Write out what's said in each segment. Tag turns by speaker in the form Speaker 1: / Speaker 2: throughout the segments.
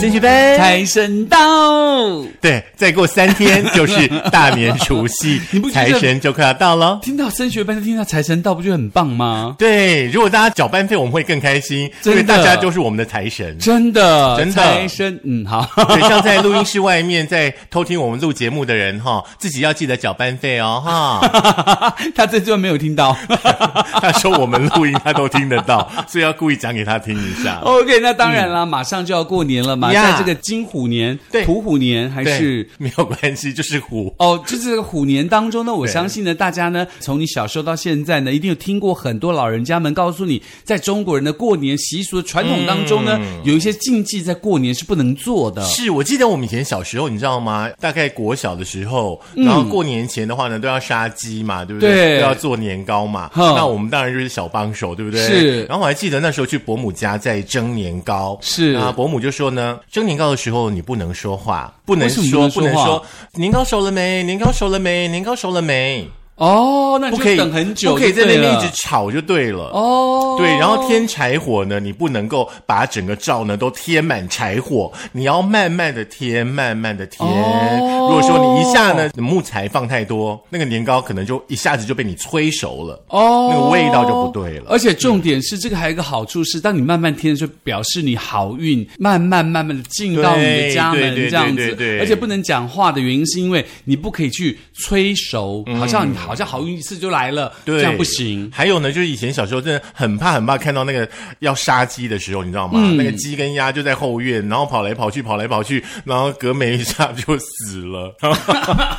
Speaker 1: 辛旭飞，
Speaker 2: 财神到！
Speaker 1: 对，再过三天就是大年除夕
Speaker 2: 你不，觉
Speaker 1: 财
Speaker 2: 得
Speaker 1: 神就快要到喽。
Speaker 2: 听到升学班，听到财神到，不就很棒吗？
Speaker 1: 对，如果大家缴班费，我们会更开心，因
Speaker 2: 真的
Speaker 1: 为大家都是我们的财神。
Speaker 2: 真的，
Speaker 1: 真的
Speaker 2: 财神，嗯，好。
Speaker 1: 对，像在录音室外面在偷听我们录节目的人哈，自己要记得缴班费哦哈。
Speaker 2: 他这段没有 听到。
Speaker 1: 他说我们录音他都听得到，所以要故意讲给他听一下。
Speaker 2: OK，那当然啦，马上就要过年了嘛，
Speaker 1: 呀
Speaker 2: 在这个金虎年、
Speaker 1: 嗯对
Speaker 2: 土虎年还
Speaker 1: 对
Speaker 2: 是。
Speaker 1: 没有关系，就是虎。
Speaker 2: 哦，就是这个虎年当中呢，我
Speaker 1: 对
Speaker 2: 相信呢，大家呢，从你小时候到现在呢，一定有听过很多老人家们告诉你，在中国人的过年习俗的传统当中呢，有一些禁忌在过年是不能做的。
Speaker 1: 嗯是我记得我们以前小时候，你知道吗？大概国小的时候，然后过年前的话呢，都要杀鸡嘛，对不对？
Speaker 2: 嗯对
Speaker 1: 都要做年糕嘛。
Speaker 2: 哼
Speaker 1: 那我们当然就是小帮手，对不对？
Speaker 2: 是
Speaker 1: 然后我还记得那时候去伯母家在蒸年糕，
Speaker 2: 是
Speaker 1: 啊，伯母就说呢，蒸年糕的时候你不能说话，不能
Speaker 2: 为什么
Speaker 1: 说，
Speaker 2: 不
Speaker 1: 不
Speaker 2: 能
Speaker 1: 能
Speaker 2: 说话
Speaker 1: 说年糕熟了没？年糕熟了没？年糕熟了没？
Speaker 2: 哦，那
Speaker 1: 不
Speaker 2: 你就
Speaker 1: 可以
Speaker 2: 等很久，
Speaker 1: 不可以在那边一直。吵就对了。
Speaker 2: 哦，
Speaker 1: 对，然后添柴火呢，你不能够把整个灶呢都贴满柴火，你要慢慢的贴，慢慢的贴。
Speaker 2: 哦
Speaker 1: 如果说你一下呢木材放太多，那个年糕可能就一下子就被你催熟了。
Speaker 2: 哦，
Speaker 1: 那个味道就不对了
Speaker 2: 而且重点是，这个还有一个好处是，当你慢慢添的时候，表示你好运慢慢慢慢的进到你的家
Speaker 1: 对
Speaker 2: 门
Speaker 1: 对对
Speaker 2: 这样
Speaker 1: 对
Speaker 2: 子
Speaker 1: 对对。
Speaker 2: 而且不能讲话的原因是因为你不可以去催熟，好像你好像好运一次就来了，
Speaker 1: 嗯对，
Speaker 2: 这样不行。
Speaker 1: 还有呢，就是以前小时候真的很怕很怕看到那个要杀鸡的时候，你知道吗？
Speaker 2: 嗯
Speaker 1: 那个鸡跟鸭就在后院，然后跑来跑去，跑来跑去，然后隔没一下就死了。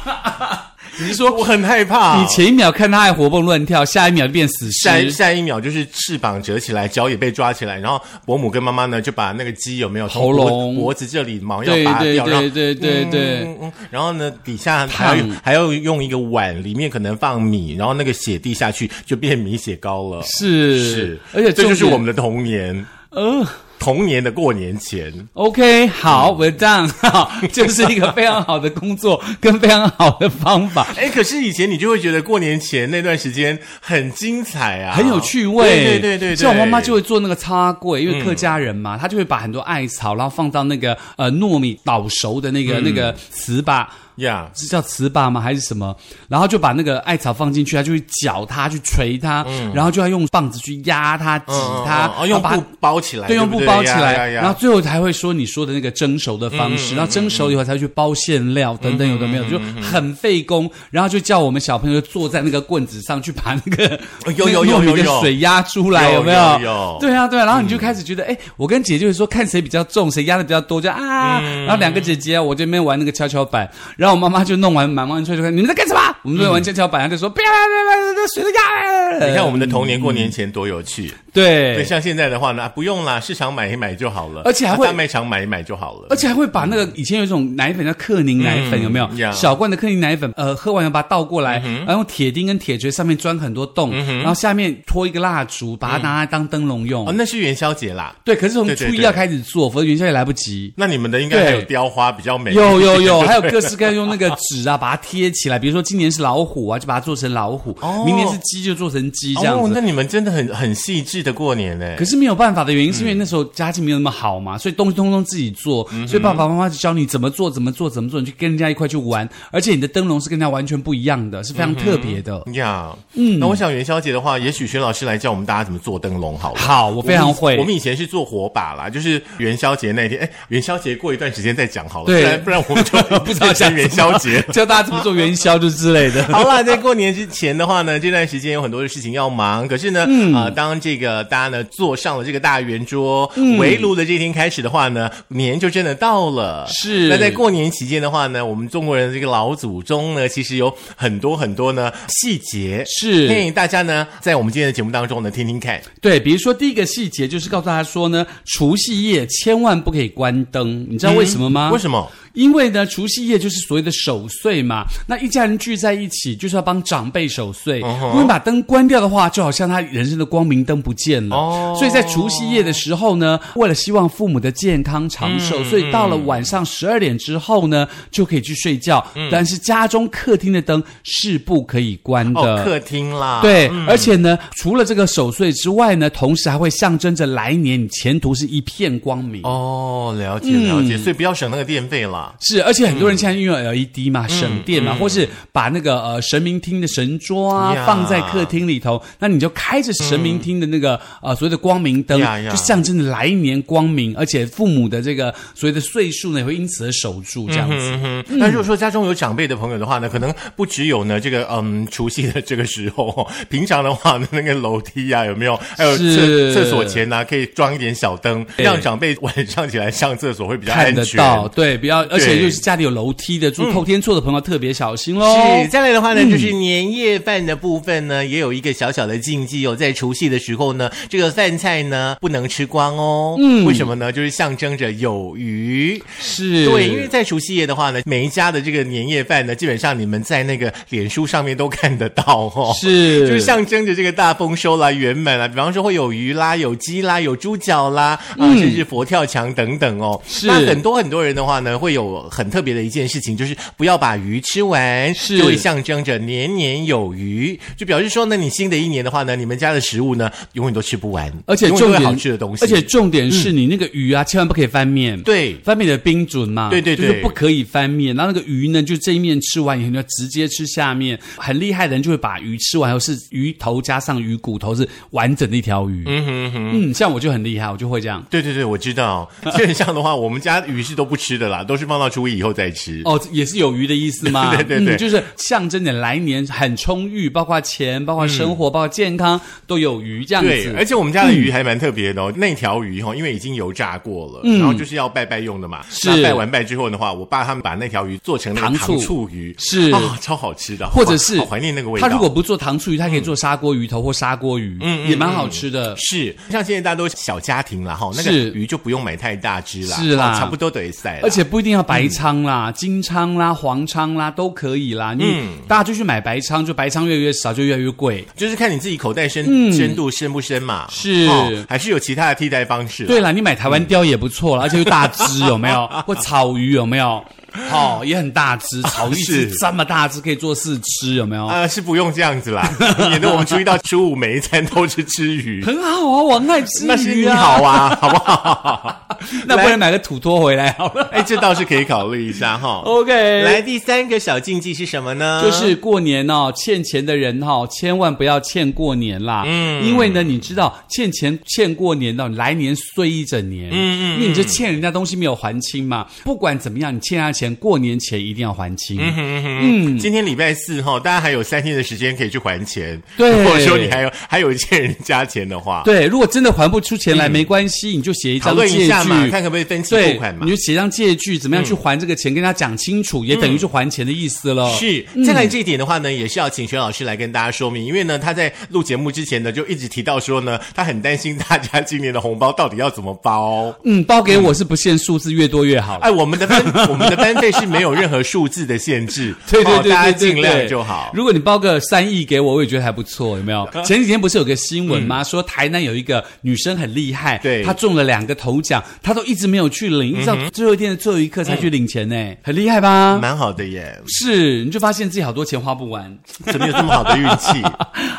Speaker 2: 你是说
Speaker 1: 我很害怕。
Speaker 2: 你前一秒看它还活蹦乱跳，下一秒就变死
Speaker 1: 啊下一
Speaker 2: 尸？
Speaker 1: 下一秒就是翅膀折起来，脚也被抓起来，然后伯母跟妈妈呢就把那个鸡有没有从
Speaker 2: 喉
Speaker 1: 脖
Speaker 2: 咙
Speaker 1: 脖子这里毛要
Speaker 2: 对
Speaker 1: 拔
Speaker 2: 对
Speaker 1: 掉，然后
Speaker 2: 对对对对。
Speaker 1: 嗯嗯，然后呢底下还要
Speaker 2: 烫
Speaker 1: 还要用一个碗，里面可能放米，然后那个血滴下去就变米血糕了。
Speaker 2: 是
Speaker 1: 是，
Speaker 2: 而且
Speaker 1: 这就是
Speaker 2: 重点
Speaker 1: 我们的童年，
Speaker 2: 呃
Speaker 1: 童年的过年前。
Speaker 2: OK，好，
Speaker 1: 嗯
Speaker 2: 我 done，好，就是一个非常好的工作跟非常好的方法。
Speaker 1: 哎，可是以前你就会觉得过年前那段时间很精彩啊，
Speaker 2: 很有趣味，
Speaker 1: 对对对嗯对对，
Speaker 2: 像我妈妈就会做那个擦柜，因为客家人嘛，她就会把很多艾草，然后放到那个呃糯米捣熟的那
Speaker 1: 嗯
Speaker 2: 个、那个糍粑。
Speaker 1: 呀。
Speaker 2: 是叫糍粑吗？还是什么？然后就把那个艾草放进去，她就会搅它，去捶它，然后就要用棒子去压它、挤它，
Speaker 1: 嗯哦，
Speaker 2: 然
Speaker 1: 用
Speaker 2: 后把
Speaker 1: 布包起来，
Speaker 2: 对，用
Speaker 1: 不
Speaker 2: 布包起
Speaker 1: 呀呀
Speaker 2: 来，
Speaker 1: 呀嗯
Speaker 2: 然后最后才会说你说的那个蒸熟的方式，然后蒸熟以后才会去包馅料等等，有的没有，就很费工。然后就叫我们小朋友坐在那个棍子上去把那个
Speaker 1: 哦有有有
Speaker 2: 糯米
Speaker 1: 有
Speaker 2: 的
Speaker 1: 有
Speaker 2: 水压出来，
Speaker 1: 有
Speaker 2: 有没有？
Speaker 1: 有有
Speaker 2: 对啊，对啊。然后你就开始觉得，哎，我跟姐姐会说看谁比较重，谁压的比较多，就
Speaker 1: 嗯
Speaker 2: 啊。然后两个姐姐，我这边玩那个跷跷板，然后我妈妈就弄完忙完出来就看你们在干什么？我们在玩跷跷板，她就说不要不要不要，不要水都压。
Speaker 1: 你看我们的童年过年前多有趣，
Speaker 2: 嗯
Speaker 1: 对，
Speaker 2: 对。
Speaker 1: 像现在的话呢，啊不用啦，市场买一买就好了，啊
Speaker 2: 而且还会
Speaker 1: 大卖场买一买就好
Speaker 2: 而
Speaker 1: 了。
Speaker 2: 且还会把那个以前有一种奶粉叫克宁奶粉，
Speaker 1: 嗯
Speaker 2: 有没有
Speaker 1: 呀？
Speaker 2: 小罐的克宁奶粉，呃，喝完要把它倒过来，然后用铁钉跟铁锤上面钻很多洞，然后下面拖一个蜡烛，把它拿来当灯笼
Speaker 1: 哦，
Speaker 2: 用。
Speaker 1: 那是元宵节啦，
Speaker 2: 对，可是从
Speaker 1: 对对
Speaker 2: 初一
Speaker 1: 对
Speaker 2: 要开始做，否则元宵也来不及。
Speaker 1: 那你们的应该还有
Speaker 2: 对
Speaker 1: 雕花比较美，哦
Speaker 2: 有有有，还有各式各样用那个纸啊，把它贴起来。比如说今年是老虎啊，就把它做成老虎；
Speaker 1: 哦
Speaker 2: 明年是鸡，就做成鸡这样
Speaker 1: 哦，
Speaker 2: 子。
Speaker 1: 那你们真的很很细致的过年呢
Speaker 2: 可。是没有办法的原因，是因为那时候家境没有那么好嘛，所以东西通通自己做，所以爸爸妈妈就教你怎么做，怎么做，怎么做，你去跟人家一块去玩，而且你的灯笼是跟人家完全不一样的，是非常特别的。
Speaker 1: 呀，嗯，那我想元宵节的话，也许薛老师来教我们大家怎么做灯笼好了。
Speaker 2: 好，啊我非常会
Speaker 1: 我。们以前是做火把啦，就是元宵节那一天，哎，元宵节过一段时间再讲好了，不
Speaker 2: 对
Speaker 1: 然不然我们就 不
Speaker 2: 知道讲什么
Speaker 1: 元宵节。
Speaker 2: 教大家怎么做元宵就之类的。
Speaker 1: 好啦，在过年之前的话呢，这段时间有很多的事情要忙。可是呢，啊、
Speaker 2: 嗯
Speaker 1: 当这个大家呢坐上了这个大圆桌、
Speaker 2: 嗯
Speaker 1: 围炉的这一天开始的话呢，年就真的到了。
Speaker 2: 是
Speaker 1: 那在过年期间的话呢，我们中国人的这个老祖宗呢，其实有很多很多呢细节。
Speaker 2: 是
Speaker 1: 建议大家呢，在我们今天的节目当中呢，听听看。
Speaker 2: 对，比如说第一个细嗯节就是告诉大家说呢，除夕夜千万不可以关灯，你知道为什么吗？
Speaker 1: 嗯为什么？
Speaker 2: 因为呢，除夕夜就是所谓的守岁嘛，那一家人聚在一起就是要帮长辈守岁。
Speaker 1: 嗯哼
Speaker 2: 如果你把灯关掉的话，就好像他人生的光明灯不见了。
Speaker 1: 哦
Speaker 2: 所以在除夕夜的时候呢，为了希望父母的健康长
Speaker 1: 嗯
Speaker 2: 寿，所以到了晚上十二点之后呢，就可以去睡觉。
Speaker 1: 嗯
Speaker 2: 但是家中客厅的灯是不可以关的。
Speaker 1: 哦，客厅啦，嗯
Speaker 2: 嗯对，而且呢，除了这个守岁之外呢，同时还会象征着来年你前途是一片光明。
Speaker 1: 哦，了解了
Speaker 2: 嗯
Speaker 1: 解，所以不要省那个电费啦。
Speaker 2: 是，而且很多
Speaker 1: 嗯
Speaker 2: 人现在运用 LED 嘛，省电嘛，或是把那个呃神明厅的神桌啊
Speaker 1: 呀
Speaker 2: 放在客厅里头，那你就开着神明厅的那个、呃所谓的光明灯
Speaker 1: 呀呀
Speaker 2: 就象征着来年光明，而且父母的这个所谓的岁数呢也会因此而守住这样子。
Speaker 1: 嗯哼，那如果说家中有长辈的朋友的话呢，可能不只有呢这个嗯除夕的这个时候 哦，平常的话呢，那个楼梯啊有没有，还有厕
Speaker 2: 是
Speaker 1: 厕所前呢、啊可以装一点小灯，让长辈晚上起来上厕所会比较
Speaker 2: 看
Speaker 1: 安
Speaker 2: 得
Speaker 1: 全。
Speaker 2: 到，对，不要，
Speaker 1: 对
Speaker 2: 而
Speaker 1: 嗯
Speaker 2: 且又是家里有楼梯的，住透天厝的朋友特别小心哦喽。
Speaker 1: 是，再来的话呢，就是年夜饭的部分呢，也有一个小小的禁忌哦，在除夕的时候呢，这个饭菜呢不能吃光哦。嗯，为什么呢？就是象征着有余。
Speaker 2: 是，
Speaker 1: 对，因为在除夕夜的话呢，每一家的这个年夜饭呢，基本上你们在那个脸书上面都看得到哦。。
Speaker 2: 是，
Speaker 1: 就是象征着这个大丰收啦、圆满啦，比方说会有鱼啦、有鸡啦、有猪脚啦，啊、甚至佛跳墙等等哦。
Speaker 2: 嗯是
Speaker 1: 那很多很多人的话呢，会有很特别的一件事情，就是不要把鱼吃完，
Speaker 2: 是
Speaker 1: 就会象征着年年有余，就表示说呢，你新的一年的话呢，你们家的食物呢，永远都吃不完，
Speaker 2: 而且
Speaker 1: 永远
Speaker 2: 重
Speaker 1: 都有
Speaker 2: 点
Speaker 1: 好吃的东西，嗯
Speaker 2: 而且重点是你那个鱼啊，千万不可以翻面。。
Speaker 1: 对。
Speaker 2: 翻面的冰准嘛，
Speaker 1: 对对对
Speaker 2: 就是不可以翻面。然后那个鱼呢，就这一面吃完以后，你要直接吃下面。很厉害的人就会把鱼吃完以后，是鱼头加上鱼骨头，是完整的一条鱼。嗯哼哼，嗯，像我就很厉害，我就会这样。
Speaker 1: 对对对，我知 道。基本上的话，我们家鱼是都不吃的啦，都是放到初一以后再吃。
Speaker 2: 哦，也是有余的意思 吗？
Speaker 1: 对对对
Speaker 2: 嗯，就是象征你来年很充裕，包括钱，包括生活，包括健康都有余这样
Speaker 1: 嗯对，而
Speaker 2: 子。嗯
Speaker 1: 且我们家的鱼还蛮特别的哦，那条鱼哈、因为已经油炸过了，然后就是要拜拜用的嘛。
Speaker 2: 嗯是
Speaker 1: 那拜完拜之后的话，我爸他们把那条鱼做成那个
Speaker 2: 糖
Speaker 1: 糖
Speaker 2: 醋
Speaker 1: 醋鱼，
Speaker 2: 是
Speaker 1: 啊，超好吃的，
Speaker 2: 或者是
Speaker 1: 好怀念那个味道。嗯
Speaker 2: 他如果不做糖醋鱼，他可以做砂锅鱼头或砂锅鱼，也蛮好吃的。
Speaker 1: 是像现在大家都小家庭了哈，那个
Speaker 2: 是
Speaker 1: 鱼就不用买太大只啦，
Speaker 2: 是啦
Speaker 1: 哦差不多得塞啦。
Speaker 2: 而且不一定要白鲳
Speaker 1: 嗯
Speaker 2: 啦、金鲳啦、黄鲳啦都可以啦。你、大家就去买白鲳，就白鲳越来越少，就越来越贵。
Speaker 1: 就是看你自己口袋深、深度深不深嘛，
Speaker 2: 嗯是
Speaker 1: 哦，还是有其他的替代方式啦。
Speaker 2: 对啦，你买台
Speaker 1: 嗯
Speaker 2: 湾鲷也不错啦，而且又大只，有 没有？或草鱼有没有？哦，也很大只，草
Speaker 1: 嗯
Speaker 2: 鱼
Speaker 1: 啊是
Speaker 2: 是这么大只，可以做四吃，有没有？
Speaker 1: 啊、是不用这样子啦， 免得我们初一到初五每一餐都是吃 鱼。
Speaker 2: 很好啊，我很爱吃
Speaker 1: 那是
Speaker 2: 鱼
Speaker 1: 你
Speaker 2: 啊。
Speaker 1: 好啊， 好不好？
Speaker 2: 那不然买个土托回来好了。
Speaker 1: 哎，这倒是可以考虑一下哈。
Speaker 2: OK，
Speaker 1: 来，第三个小禁忌是什么呢？
Speaker 2: 就是过年哦，欠钱的人哦，千万不要欠过年啦。嗯，因为呢，你知道欠钱欠过年的，来年衰一整年。嗯嗯，因为你这欠人家东西没有还清嘛。不管怎么样，你欠人家钱，过年前一定要还清。
Speaker 1: 嗯，今天礼拜四哈，大家还有三天的时间可以去还钱。
Speaker 2: 对
Speaker 1: 如果说你还有还有欠人家钱的话，
Speaker 2: 对，如果真的还不出钱来，没关系，你就写一
Speaker 1: 嗯讨
Speaker 2: 张
Speaker 1: 论一
Speaker 2: 借
Speaker 1: 下嘛，
Speaker 2: 据。
Speaker 1: 看可不可以分期付
Speaker 2: 对
Speaker 1: 款，嘛嗯
Speaker 2: 你。就写一张借据，怎么样去还这个钱，跟他讲清楚，也等于是还钱的意思了。
Speaker 1: 是，再来这一点的话呢，也是要请玄老师来跟大家说明，因为呢，他在录节目之前呢，就一直提到说呢，他很担心大家今年的红包到底要怎么包。
Speaker 2: 嗯，包给我是不限数字，越多越好。
Speaker 1: 哎，我们的班我们的班费是没有任何数字的限制，
Speaker 2: 对对
Speaker 1: 哦
Speaker 2: 对对
Speaker 1: 大家
Speaker 2: 对对
Speaker 1: 尽量就好。嗯
Speaker 2: 如果你包个三亿给我，我也觉得还不错，有没有？前几天不是有个新闻吗？说台南有一个女生很厉害，
Speaker 1: 对嗯
Speaker 2: 她中了两个头奖，她都一直没有去领，一直到最后一天的最后一刻才去领钱呢，很厉害吧？
Speaker 1: 蛮好的耶，
Speaker 2: 是，你就发现自己好多钱花不完。
Speaker 1: 怎么有这么好的运 气？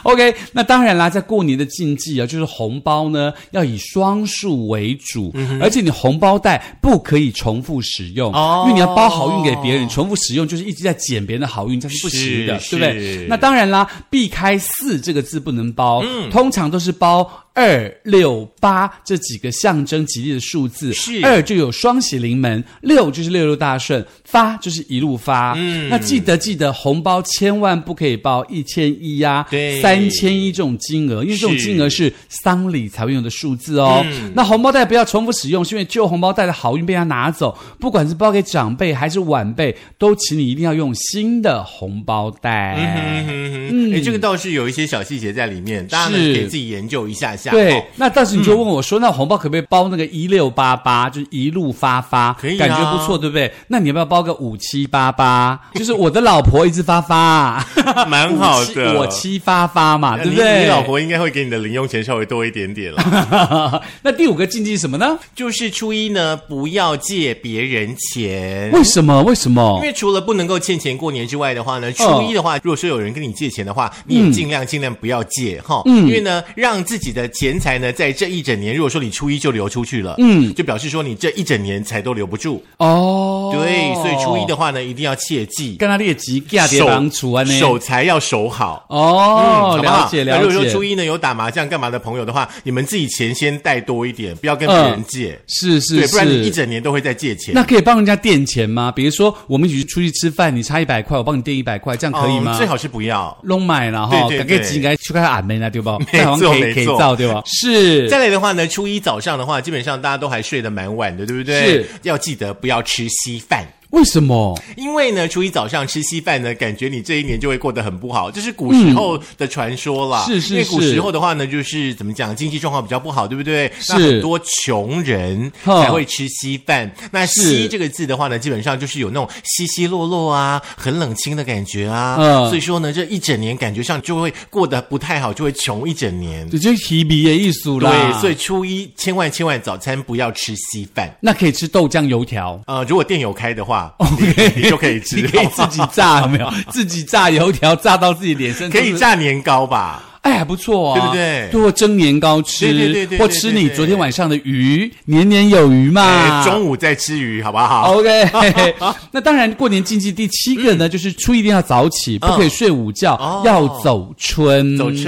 Speaker 2: OK，那当然啦，在过年的禁忌啊，就是红包呢要以双数为主，
Speaker 1: 嗯
Speaker 2: 而且你红包袋不可以重复使用，
Speaker 1: 哦
Speaker 2: 因为你要包好运给别人，重复使用就是一直在捡别人的好运，这样是不行的，
Speaker 1: 是
Speaker 2: 对不
Speaker 1: 是
Speaker 2: 对？那当然啦，避开“四”这个字不能包，
Speaker 1: 嗯
Speaker 2: 通常都是包。二六八这几个象征吉利的数字，
Speaker 1: 是
Speaker 2: 二就有双喜临门，六就是六六大顺，发就是一路发。嗯，那记得记得红包千万不可以包一千一呀，
Speaker 1: 对
Speaker 2: 三千一这种金额，因为这种
Speaker 1: 是嗯
Speaker 2: 金额是丧礼才会用的数字哦。那红包袋不要重复使用，是因为旧红包袋的好运被他拿走，不管是包给长辈还是晚辈，都请你一定要用新的红包袋。
Speaker 1: 嗯哎嗯哼哼哼，哎，这个倒是有一些小细节在里面，大家呢
Speaker 2: 是
Speaker 1: 给自己研究一下下。
Speaker 2: 对
Speaker 1: 哦，
Speaker 2: 那当时你就问我说，那红包可不可以包那个一六八八，就是一路发发，
Speaker 1: 可以啊
Speaker 2: 感觉不错，对不对？那你要不要包个五七八八？就是我的老婆一直发发，
Speaker 1: 蛮 好
Speaker 2: 五七
Speaker 1: 的
Speaker 2: 我七发发嘛，对
Speaker 1: 呃你
Speaker 2: 不对？
Speaker 1: 你老婆应该会给你的零用钱稍微多一点点了。
Speaker 2: 那第五个禁忌是什么呢？
Speaker 1: 就是初一呢，不要借别人钱。
Speaker 2: 为什么？为什么
Speaker 1: 因？为除了不能够欠钱过年之外的话
Speaker 2: 嗯
Speaker 1: 呢，初一的话，如果说有人跟你借钱的话，你也尽量尽量不要借哈，
Speaker 2: 嗯
Speaker 1: 因为呢，让自己的钱财呢，在这一整年，如果说你初一就流出去了，嗯，就表示说你这一整年财都留不住，
Speaker 2: 哦，
Speaker 1: 对，所以初一的话呢，一定要切记。
Speaker 2: 跟他列级价跌房除啊呢。
Speaker 1: 手财要守好嗯好
Speaker 2: 哦，
Speaker 1: 不好
Speaker 2: 了解
Speaker 1: 那
Speaker 2: 了
Speaker 1: 如果说初
Speaker 2: 解，
Speaker 1: 一呢有打麻将干嘛的朋友的话，你们自己钱先带多一点，不要跟别人借，
Speaker 2: 是嗯是
Speaker 1: 对，不然你一
Speaker 2: 是。
Speaker 1: 整年都会在借钱。
Speaker 2: 那可以帮人家垫钱吗？比如说我们一起出去吃饭，你差一百块，我帮你垫一百块，这样可以
Speaker 1: 嗯
Speaker 2: 吗？
Speaker 1: 最好是不要。
Speaker 2: 弄买了哈，
Speaker 1: 对对
Speaker 2: 赶
Speaker 1: 对
Speaker 2: 快急赶快去看俺们啦，对不？
Speaker 1: 错
Speaker 2: 这好像可以
Speaker 1: 没
Speaker 2: 可以
Speaker 1: 错
Speaker 2: 造对吧？是
Speaker 1: 再来的话呢，初一早上的话，基本上大家都还睡得蛮晚的，对不对？
Speaker 2: 是
Speaker 1: 要记得不要吃稀饭。
Speaker 2: 为什么？
Speaker 1: 因为呢，初一早上吃稀饭呢，感觉你这一年就会过得很不好，这是古时候的传说啦。
Speaker 2: 是是
Speaker 1: 因为古
Speaker 2: 是
Speaker 1: 时候的话呢，就是怎么讲，经济状况比较不好，对不对？那
Speaker 2: 是
Speaker 1: 很多穷人
Speaker 2: 哼
Speaker 1: 才会吃稀饭。那“稀”这个字的话呢，基本上就是有那种稀稀落落啊，很冷清的感觉啊。
Speaker 2: 嗯
Speaker 1: 所以说呢，这一整年感觉上就会过得不太好，就会穷一整年。
Speaker 2: 这就是提笔的艺术啦。
Speaker 1: 对，所
Speaker 2: 以
Speaker 1: 以初一千万千万早餐不要吃稀饭。
Speaker 2: 那可以吃豆浆油条。
Speaker 1: 呃，如果店有开的话
Speaker 2: OK，
Speaker 1: 你你就可以吃，
Speaker 2: 你可以自己炸，有没有？自己炸油条，炸到自己脸 上
Speaker 1: 可以
Speaker 2: 都是
Speaker 1: 炸年糕吧？
Speaker 2: 哎，还不错啊，
Speaker 1: 对不对
Speaker 2: 或蒸年糕吃，
Speaker 1: 对对对对对
Speaker 2: 或吃
Speaker 1: 对
Speaker 2: 你
Speaker 1: 对
Speaker 2: 昨天晚上的鱼，年年有余嘛。
Speaker 1: 哎中午啊再吃鱼，好不好？
Speaker 2: OK，那当然，过年禁忌第七个呢，就是初一定要早起，不可以睡午觉，
Speaker 1: 嗯哦
Speaker 2: 要走春。
Speaker 1: 走春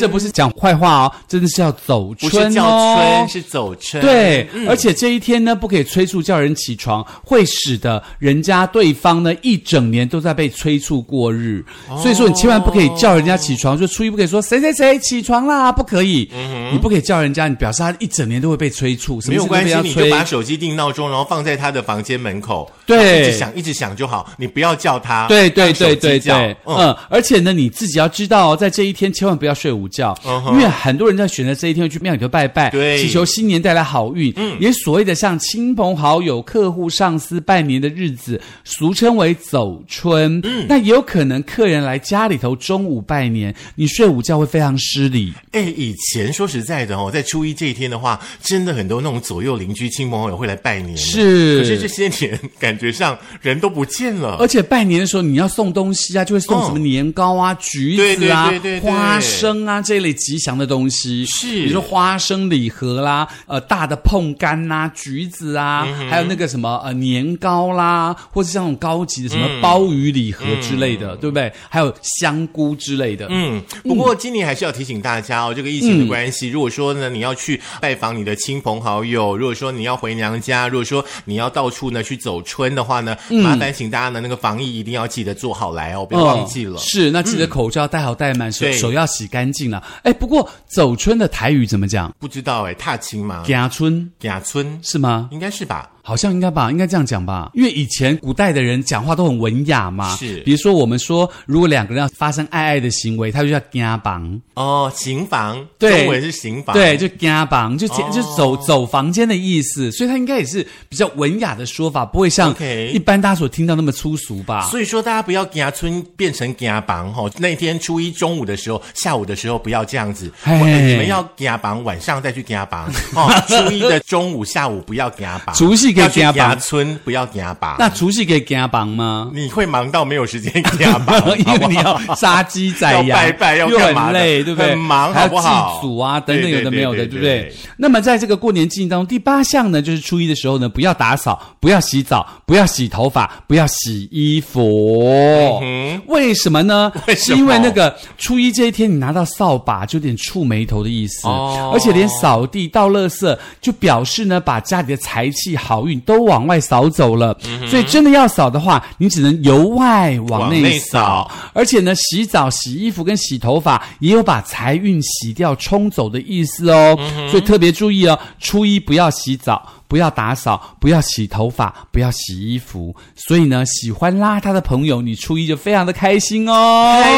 Speaker 2: 这不是讲坏话哦，真的是要走
Speaker 1: 不
Speaker 2: 春
Speaker 1: 是叫
Speaker 2: 哦。
Speaker 1: 春，是走春。
Speaker 2: 对，
Speaker 1: 嗯
Speaker 2: 而且这一天呢，不可以催促叫人起床，会使得人家对方呢一整年都在被催促过日。
Speaker 1: 哦
Speaker 2: 所以说，你千万不可以叫人家起床，就初一不可以说谁谁谁起床啦，不可以。
Speaker 1: 嗯
Speaker 2: 你不可以叫人家，你表示他一整年都会被催促，什
Speaker 1: 没
Speaker 2: 么
Speaker 1: 有
Speaker 2: 事都
Speaker 1: 关
Speaker 2: 被
Speaker 1: 系
Speaker 2: 他，
Speaker 1: 你就
Speaker 2: 催。
Speaker 1: 把手机定闹钟，然后放在他的房间门口，
Speaker 2: 对
Speaker 1: 一直响一直响就好，你不要叫他，
Speaker 2: 对对
Speaker 1: 啊让手
Speaker 2: 对
Speaker 1: 机
Speaker 2: 对
Speaker 1: 叫
Speaker 2: 对，
Speaker 1: 嗯，
Speaker 2: 嗯，而且呢，你自己要知道哦，在这一天千万不要睡午觉，
Speaker 1: 嗯哼
Speaker 2: 因为很多人在选择这一天去庙里头拜拜，
Speaker 1: 对嗯
Speaker 2: 祈求新年带来好运，也所谓的向亲朋好友、客户、上司拜年的日子，俗称为走春。
Speaker 1: 嗯
Speaker 2: 那也有可能客人来家里头中午拜年，你睡午觉会非常失礼。
Speaker 1: 哎，以前说实在的哦，在初一这一天的话，真的很多那种左右邻居、亲朋好友会来拜年，。
Speaker 2: 是，
Speaker 1: 可是这些年感觉上人都不见了，
Speaker 2: 而且拜年的时候你要送东西啊，就会送什么年糕啊、橘子啊、
Speaker 1: 对对对对对
Speaker 2: 花生啊这一类吉祥的东西。
Speaker 1: 是
Speaker 2: 比如说花生礼盒啦，呃，大的碰干啦、橘子啊，
Speaker 1: 嗯
Speaker 2: 还有那个什么呃年糕啦，或是像那种高级的什么
Speaker 1: 嗯
Speaker 2: 鲍鱼礼盒之类的，对不对？还有香菇之类的。
Speaker 1: 嗯，不过今年还是要提醒大家哦，这个疫情的关系，如果说呢你要去拜访你的亲朋好友，如果说你要回娘家，如果说你要到处呢去走春的话呢，麻烦请大家呢那个防疫一定要记得做好来哦，不要忘记了。
Speaker 2: 嗯是，那记得口罩戴好戴满，手
Speaker 1: 对
Speaker 2: 手要洗干净了。哎，不过走春的台语怎么讲？
Speaker 1: 不知道哎，踏青吗？
Speaker 2: 家春
Speaker 1: 雅村
Speaker 2: 是吗？
Speaker 1: 应该是吧？
Speaker 2: 好像应该吧，应该这样讲吧，因为以前古代的人讲话都很文雅嘛。
Speaker 1: 是
Speaker 2: 比如说我们说，如果两个人要发生爱爱的行为，他就叫家房，
Speaker 1: 哦，行房，
Speaker 2: 对
Speaker 1: 中文是行房，
Speaker 2: 对，就家房，
Speaker 1: 哦
Speaker 2: 就、就走走房间的意思，所以他应该也是比较文雅的说法，不会像
Speaker 1: OK
Speaker 2: 一般大家所听到那么粗俗吧。
Speaker 1: 所以说，大家不要牙村变成牙房哈。那天初一中午的时候、下午的时候不要这样子，
Speaker 2: 嘿
Speaker 1: 我你们要牙房，晚上再去牙 房哦。初一的中午、下午不要牙房，
Speaker 2: 除夕可以
Speaker 1: 要去
Speaker 2: 夹房
Speaker 1: 牙村，不要牙房。
Speaker 2: 那除夕可以家房吗？，
Speaker 1: 你会忙到没有时间牙房
Speaker 2: 因
Speaker 1: 好不好
Speaker 2: 为你要杀鸡宰羊，
Speaker 1: 要拜拜要
Speaker 2: 又
Speaker 1: 干嘛
Speaker 2: 很
Speaker 1: 的
Speaker 2: 累，对不对？
Speaker 1: 很忙
Speaker 2: 还要
Speaker 1: 好不好
Speaker 2: 祭祖啊，等
Speaker 1: 对
Speaker 2: 等，
Speaker 1: 对
Speaker 2: 有的没有的，
Speaker 1: 对
Speaker 2: 对
Speaker 1: 对
Speaker 2: 不对
Speaker 1: 对？
Speaker 2: 那么在这个过年禁忌当中，第八项呢，就是初一的时候呢，不要打扫，不要洗澡，不要洗头发，不要洗衣服。为什么呢？
Speaker 1: 嗯 为什
Speaker 2: 是
Speaker 1: 么
Speaker 2: 因为那个初一这一天，你拿到扫把就有点触眉头的意思，
Speaker 1: 哦
Speaker 2: 而且连扫地、倒垃圾，就表示呢，把家里的财气、好运都往外扫走了。
Speaker 1: 嗯
Speaker 2: 所以真的要扫的话，你只能由外往
Speaker 1: 往
Speaker 2: 内
Speaker 1: 内
Speaker 2: 扫
Speaker 1: 扫。
Speaker 2: 而且呢，洗澡、洗衣服跟洗头发也有把财
Speaker 1: 嗯
Speaker 2: 运洗掉、冲走的意思哦。所以特别注意哦，初一不要洗澡。不要打扫，不要洗头发，不要洗衣服。所以呢，喜欢邋遢的朋友，你初一就非常的开心哦，
Speaker 1: 开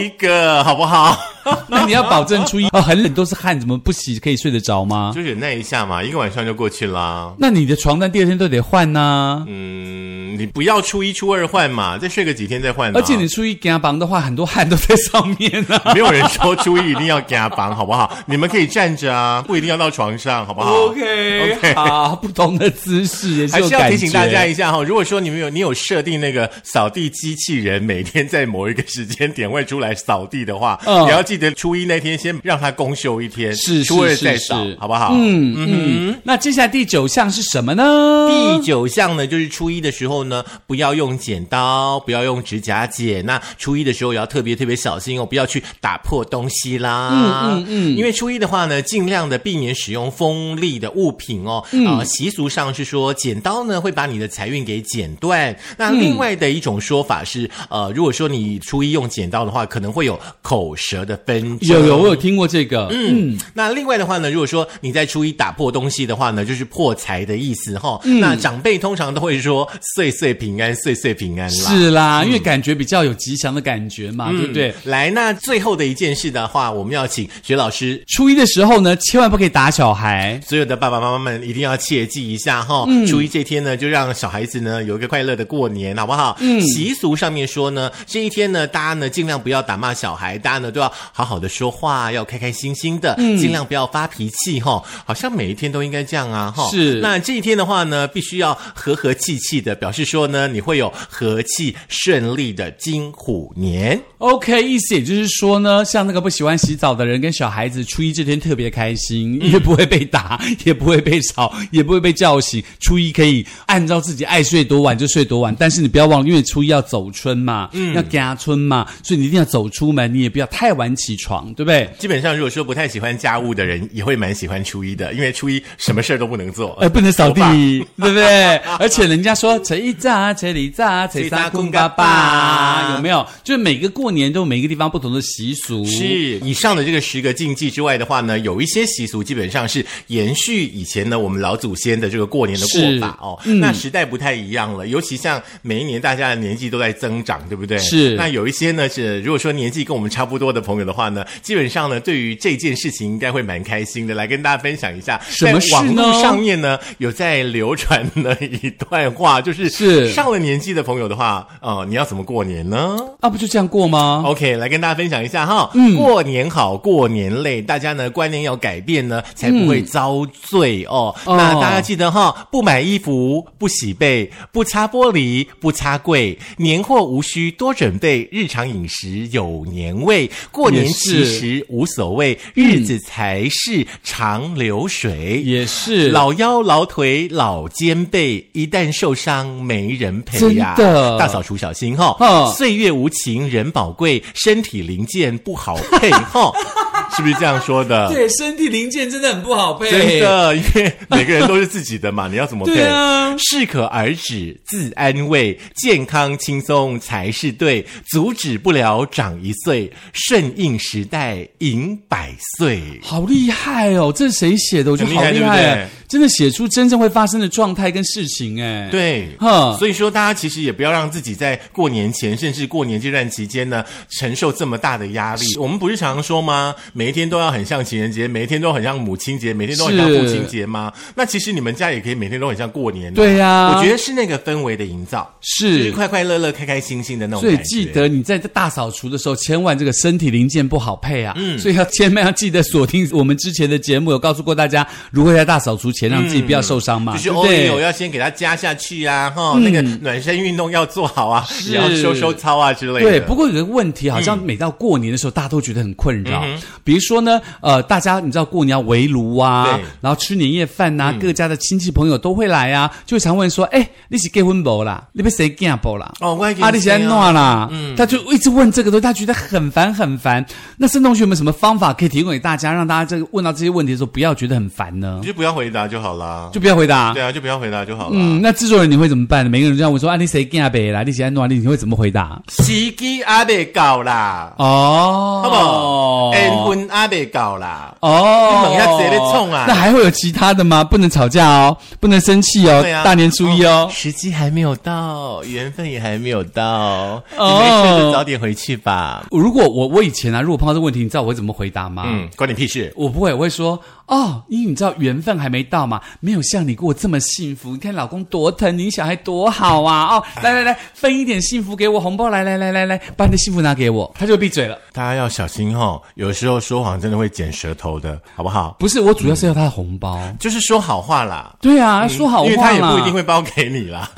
Speaker 1: 心一啊个好不好？
Speaker 2: 那你要保证初一哦，很冷都是汗，怎么不洗可以睡得着吗？
Speaker 1: 就忍耐一下嘛，一个晚上就过去啦。
Speaker 2: 那你的床单第二天都得换啊呐、
Speaker 1: 嗯，你不要初一初二换嘛，再睡个几天再换嘛。
Speaker 2: 而且你初一给他绑的话，很多汗都在上面啊。
Speaker 1: 没有人说初一一定要加房，好不好？ 你们可以站着啊，不一定要到床上，好不好
Speaker 2: OK OK，好，不同的姿势也是
Speaker 1: 还
Speaker 2: 有
Speaker 1: 是要
Speaker 2: 感
Speaker 1: 提醒大家
Speaker 2: 觉。
Speaker 1: 一下哈、如果说你们有你有设定那个扫地机器人每天在某一个时间点会出来扫地的话，
Speaker 2: 嗯
Speaker 1: 也要记得初一那天先让它公休一天，
Speaker 2: 是
Speaker 1: 初二
Speaker 2: 是是
Speaker 1: 再扫
Speaker 2: 是，
Speaker 1: 好不好？嗯。
Speaker 2: 嗯，那接下来第九项是什么呢？
Speaker 1: 第九项呢，就是初一的时候呢，不要用剪刀，不要用指甲剪。那初一的时候也要特别特别小心哦，不要去打破东西啦。嗯嗯嗯，因为初一的话呢，尽量的避免使用锋利的物品哦。啊、
Speaker 2: 嗯
Speaker 1: 习俗上是说剪刀呢会把你的财运给剪断。那另外的一种说法是，呃，如果说你初一用剪刀的话，可能会有口舌的纷争。
Speaker 2: 有有，我有听过这个。嗯，
Speaker 1: 嗯，那另外的话呢，如果说你在初一打破东西的话呢，就是破财的意思哈、那长辈通常都会说“岁岁平安，岁岁平安”啦。
Speaker 2: 是嗯啦，因为感觉比较有吉祥的感觉嘛，
Speaker 1: 嗯
Speaker 2: 对不对？
Speaker 1: 来，那最后的一件事的话，我们要请学老师。
Speaker 2: 初一的时候呢，千万不可以打小孩。
Speaker 1: 所有的爸爸妈妈们一定要切记一下哈、初一这天呢，就让小孩子呢有一个快乐的过年，好不好？嗯，习俗上面说呢，这一天呢，大家呢尽量不要打骂小孩，大家呢都要好好的说话，要开开心心的，尽量不要发脾气哈、好像每一天都应该这样啊哈、
Speaker 2: 是
Speaker 1: 那那这一天的话呢，必须要和和气气的，表示说呢，你会有和气顺利的金虎年。
Speaker 2: OK，意思也就是说呢，像那个不喜欢洗澡的人跟小孩子，初一这天特别开心，
Speaker 1: 嗯
Speaker 2: 也不会被打，也不会被吵，也不会被叫醒。初一可以按照自己爱睡多晚就睡多晚，但是你不要忘了，因为初一要走春嘛，
Speaker 1: 嗯
Speaker 2: 要家春嘛，所以你一定要走出门，你也不要太晚起床，对不对？
Speaker 1: 基本上，如果说不太喜欢家务的人，也会蛮喜欢初一的，因为初一什么事儿都不能做。
Speaker 2: 呃，不能扫地
Speaker 1: 头发，
Speaker 2: 对不对？而且人家说“扯一扎，扯里扎，扯三空巴巴”，有没有？就是每个过年都有每个地方不同的习俗。
Speaker 1: 是以上的这个十个禁忌之外的话呢，有一些习俗基本上是延续以前呢我们老祖先的这个过年的过法哦。
Speaker 2: 嗯
Speaker 1: 那时代不太一样了，尤其像每一年大家的年纪都在增长，对不对？
Speaker 2: 是
Speaker 1: 那有一些呢是如果说年纪跟我们差不多的朋友的话呢，基本上呢对于这件事情应该会蛮开心的，来跟大家分享一下。
Speaker 2: 什么
Speaker 1: 在
Speaker 2: 事
Speaker 1: 网
Speaker 2: 呢
Speaker 1: 络上面呢有在流传的一段话，就是
Speaker 2: 是
Speaker 1: 上了年纪的朋友的话，呃，你要怎么过年呢？
Speaker 2: 啊，不就这样过吗？
Speaker 1: OK，来跟大家分享一下哈，嗯，过年好，过年累，大家呢观念要改变呢，才不会遭罪哦。
Speaker 2: 嗯哦
Speaker 1: 那大家记得哈，不买衣服，不洗被，不擦玻璃，不擦柜，年货无需多准备，日常饮食有年味。过年
Speaker 2: 也
Speaker 1: 其
Speaker 2: 是
Speaker 1: 实无所谓，日子才是长流水。
Speaker 2: 也是，
Speaker 1: 老腰、老腿、老肩背，一旦受伤没人陪呀、
Speaker 2: 真的
Speaker 1: 大扫除小心哈、
Speaker 2: 嗯
Speaker 1: 岁月无情人宝贵，身体零件不好配哈、 是不是这样说的？
Speaker 2: 对，身体零件真的很不好配，
Speaker 1: 啊真的，因为每个人都是自己的嘛，你要怎么配？
Speaker 2: 对啊
Speaker 1: 适可而止，自安慰，健康轻松才是对。阻止不了长一岁，顺应时代迎百岁。
Speaker 2: 好厉害哦！这是谁写的？我觉得
Speaker 1: 很厉
Speaker 2: 好
Speaker 1: 害
Speaker 2: 厉
Speaker 1: 对不
Speaker 2: 害啊
Speaker 1: 对
Speaker 2: 真的写出真正会发生的状态跟事情哎。，
Speaker 1: 对，
Speaker 2: 哼
Speaker 1: 所以说大家其实也不要让自己在过年前，甚至过年这段期间呢，承受这么大的压力。我们不是常说吗？每一天都要很像情人节，每一天都很像母亲节，每天都很像
Speaker 2: 是
Speaker 1: 父亲节吗？那其实你们家也可以每天都很像过年、
Speaker 2: 对呀
Speaker 1: 我觉得是那个氛围的营造，就是
Speaker 2: 是。
Speaker 1: 快快乐乐、开开心心的那种
Speaker 2: 所以
Speaker 1: 感觉。
Speaker 2: 记得你在大扫除的时候，千万这个身体零件不好配啊，
Speaker 1: 嗯
Speaker 2: 所以要千万要记得锁定我们之前的节目，有告诉过大家如何在大扫除前让自己不要受伤嘛，
Speaker 1: 就是
Speaker 2: 对不
Speaker 1: o
Speaker 2: 对嗯
Speaker 1: l 要先给它加下去啊，哈、那个暖身运动要做好啊，也要收收操啊之类的。嗯
Speaker 2: 对，不过有个问题，好像每到过年的时候，大家都觉得很困扰。比如说呢，呃，大家你知道过年要围炉啊
Speaker 1: 对，嗯
Speaker 2: 然后吃年夜饭呐、各家的亲戚朋友都会来啊，就常问说：“哎，你是结婚不啦？你被谁嫁不啦？”
Speaker 1: 哦我已经
Speaker 2: 啊，你是安
Speaker 1: 生
Speaker 2: 诺啦？嗯，他就一直问这个东西，他觉得很烦很烦。那盛同学有没有什么方法可以提供给大家，让大家这个问到这些问题的时候，不要觉得很烦呢？
Speaker 1: 你就不要回答，就好啦。
Speaker 2: 就不要回答。
Speaker 1: 对啊，就不要回答就好了。
Speaker 2: 嗯，那制作人你会怎么办呢？每个人这样问说啊，你谁干北啦？你谁安诺？你你会怎么回答？
Speaker 1: 时机还没到啦，
Speaker 2: 哦，
Speaker 1: 好不好？缘分还没到啦。
Speaker 2: 哦，
Speaker 1: 你猛一下直接被冲啊
Speaker 2: 那还会有其他的吗？不能吵架哦，不能生气哦，
Speaker 1: 对啊，
Speaker 2: 大年初一哦。
Speaker 1: 时机还没有到，缘分也还没有到，你
Speaker 2: 哦
Speaker 1: 没事就早点回去吧。
Speaker 2: 如果我我以前啊，如果碰到这个问题，你知道我会怎么回答吗？
Speaker 1: 嗯，关你屁事。
Speaker 2: 我不会，我会说哦，因为你知道缘分还没到嘛，没有像你过这么幸福。你看老公多疼你，小孩多好啊！哦，
Speaker 1: 哎
Speaker 2: 来来来，分一点幸福给我，红包来来来来来，把你的幸福拿给我，他就闭嘴了。
Speaker 1: 大家要小心哦，有时候说谎真的会剪舌头的，好不好？
Speaker 2: 不是，我主要是要他的红包。
Speaker 1: 就是说好话啦，
Speaker 2: 对啊，说好
Speaker 1: 嗯
Speaker 2: 话
Speaker 1: 因为他也不
Speaker 2: 啦
Speaker 1: 一定会包给你 啦。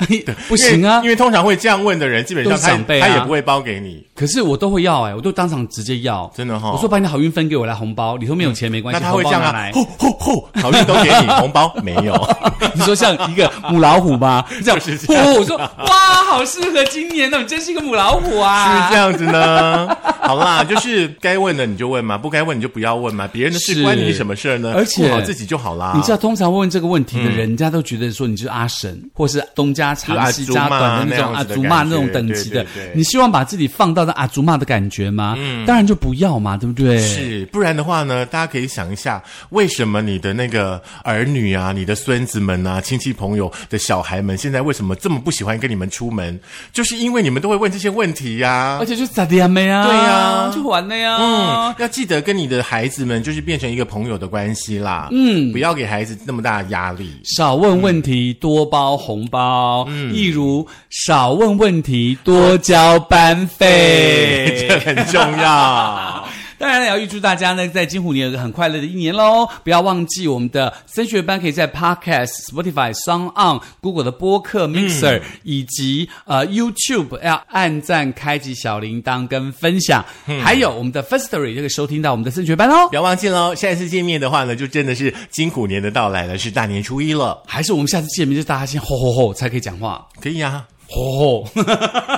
Speaker 2: 不行啊
Speaker 1: 因为因。为通常会这样问的人，基本上
Speaker 2: 都是
Speaker 1: 他
Speaker 2: 长辈啊
Speaker 1: 他也不会包给你。
Speaker 2: 可是我都会要哎、我都当场直接要，
Speaker 1: 真的哈
Speaker 2: 我说把你的好运分给我来红包，你说没有钱没关系，
Speaker 1: 那他会
Speaker 2: 红
Speaker 1: 这
Speaker 2: 包
Speaker 1: 样
Speaker 2: 拿
Speaker 1: 啊
Speaker 2: 来，
Speaker 1: 吼吼吼，好运都给你，红包没有。
Speaker 2: 你说像一个母老 虎吗？这样，
Speaker 1: 就是这样
Speaker 2: 哦，我说哇，好适合今年哦，你真是一个母老虎
Speaker 1: 是不是
Speaker 2: 啊！
Speaker 1: 这样子呢？ 好啦，就是该问的你就问嘛，不该问你就不要问嘛，别人的事
Speaker 2: 是
Speaker 1: 关你什么事儿呢？
Speaker 2: 而且
Speaker 1: 顾好自己就好啦。
Speaker 2: 你知道，通常问这个问题的人，人家都觉得说你就是阿神，或是东家长西
Speaker 1: 就是阿祖
Speaker 2: 家
Speaker 1: 嘛
Speaker 2: 短的那
Speaker 1: 啊
Speaker 2: 种
Speaker 1: 那
Speaker 2: 阿
Speaker 1: 样子的
Speaker 2: 祖玛
Speaker 1: 感
Speaker 2: 那
Speaker 1: 觉
Speaker 2: 种等级
Speaker 1: 对
Speaker 2: 的
Speaker 1: 对对。嗯
Speaker 2: 你希望把自己放到那阿祖玛的感觉吗？当然就不要嘛，对不对？。
Speaker 1: 是，不然的话呢，大家可以想一下，为什么你的那个儿女啊、你的孙子们啊、亲戚朋友的小孩们，现在为什么这么不喜欢跟你们出门？就是因为你们都会问这些问题呀、
Speaker 2: 而且就咋的呀妹啊，
Speaker 1: 对呀
Speaker 2: 就玩的呀。
Speaker 1: 嗯，要记得跟你的孩子们就是变成一个朋友的关系啦。嗯，不要给孩子那么大的压力。
Speaker 2: 少问问题，多包红包。例如少问问题，多交班费。
Speaker 1: 这很重要。
Speaker 2: 当然了，也要预祝大家呢，在金虎年有个很快乐的一年喽！不要忘记我们的升学班可以在 Podcast、Spotify、s o n g On、Google 的播客 Mixer、以及呃 YouTube 要按赞、开启小铃铛跟分享，还有我们的 Firstory 这个收听到我们的升学班哦
Speaker 1: 不。要忘记喽，下一次见面的话呢，就真的是金虎年的到来了，是大年初一了。
Speaker 2: 还是我们下次见面就大家先吼吼吼才可以讲话，
Speaker 1: 可以啊，
Speaker 2: 吼吼。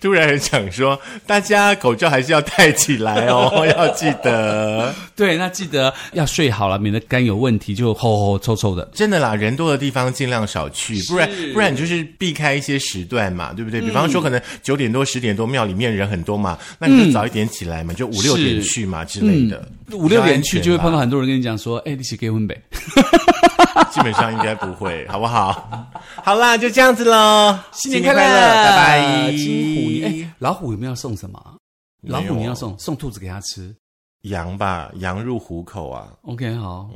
Speaker 1: 突然很想说，大家口罩还是要戴起来 哦，要记得。
Speaker 2: 对，那记得要睡好了，免得肝有问题就吼吼臭臭的。
Speaker 1: 真的啦，人多的地方尽量少去，不然
Speaker 2: 是嗯
Speaker 1: 不然你就是避开一些时段嘛，对不对？比方说可能九点多、十点多庙里面人很多嘛，那
Speaker 2: 嗯
Speaker 1: 你就早一点起来嘛，就五六点去嘛之类的。
Speaker 2: 五六点去就会碰到
Speaker 1: 比
Speaker 2: 很多人跟你讲说，哎，你是结婚呗？
Speaker 1: 较安全啦，基本上应该不会，好不好？好啦，就这样子喽，
Speaker 2: 新
Speaker 1: 年
Speaker 2: 年快乐，
Speaker 1: 拜拜！
Speaker 2: 金虎年，哎，老虎有没有要送什么啊？
Speaker 1: 没有
Speaker 2: 老虎你要送送兔子给他吃。
Speaker 1: 羊吧，羊入虎口啊。
Speaker 2: OK，好，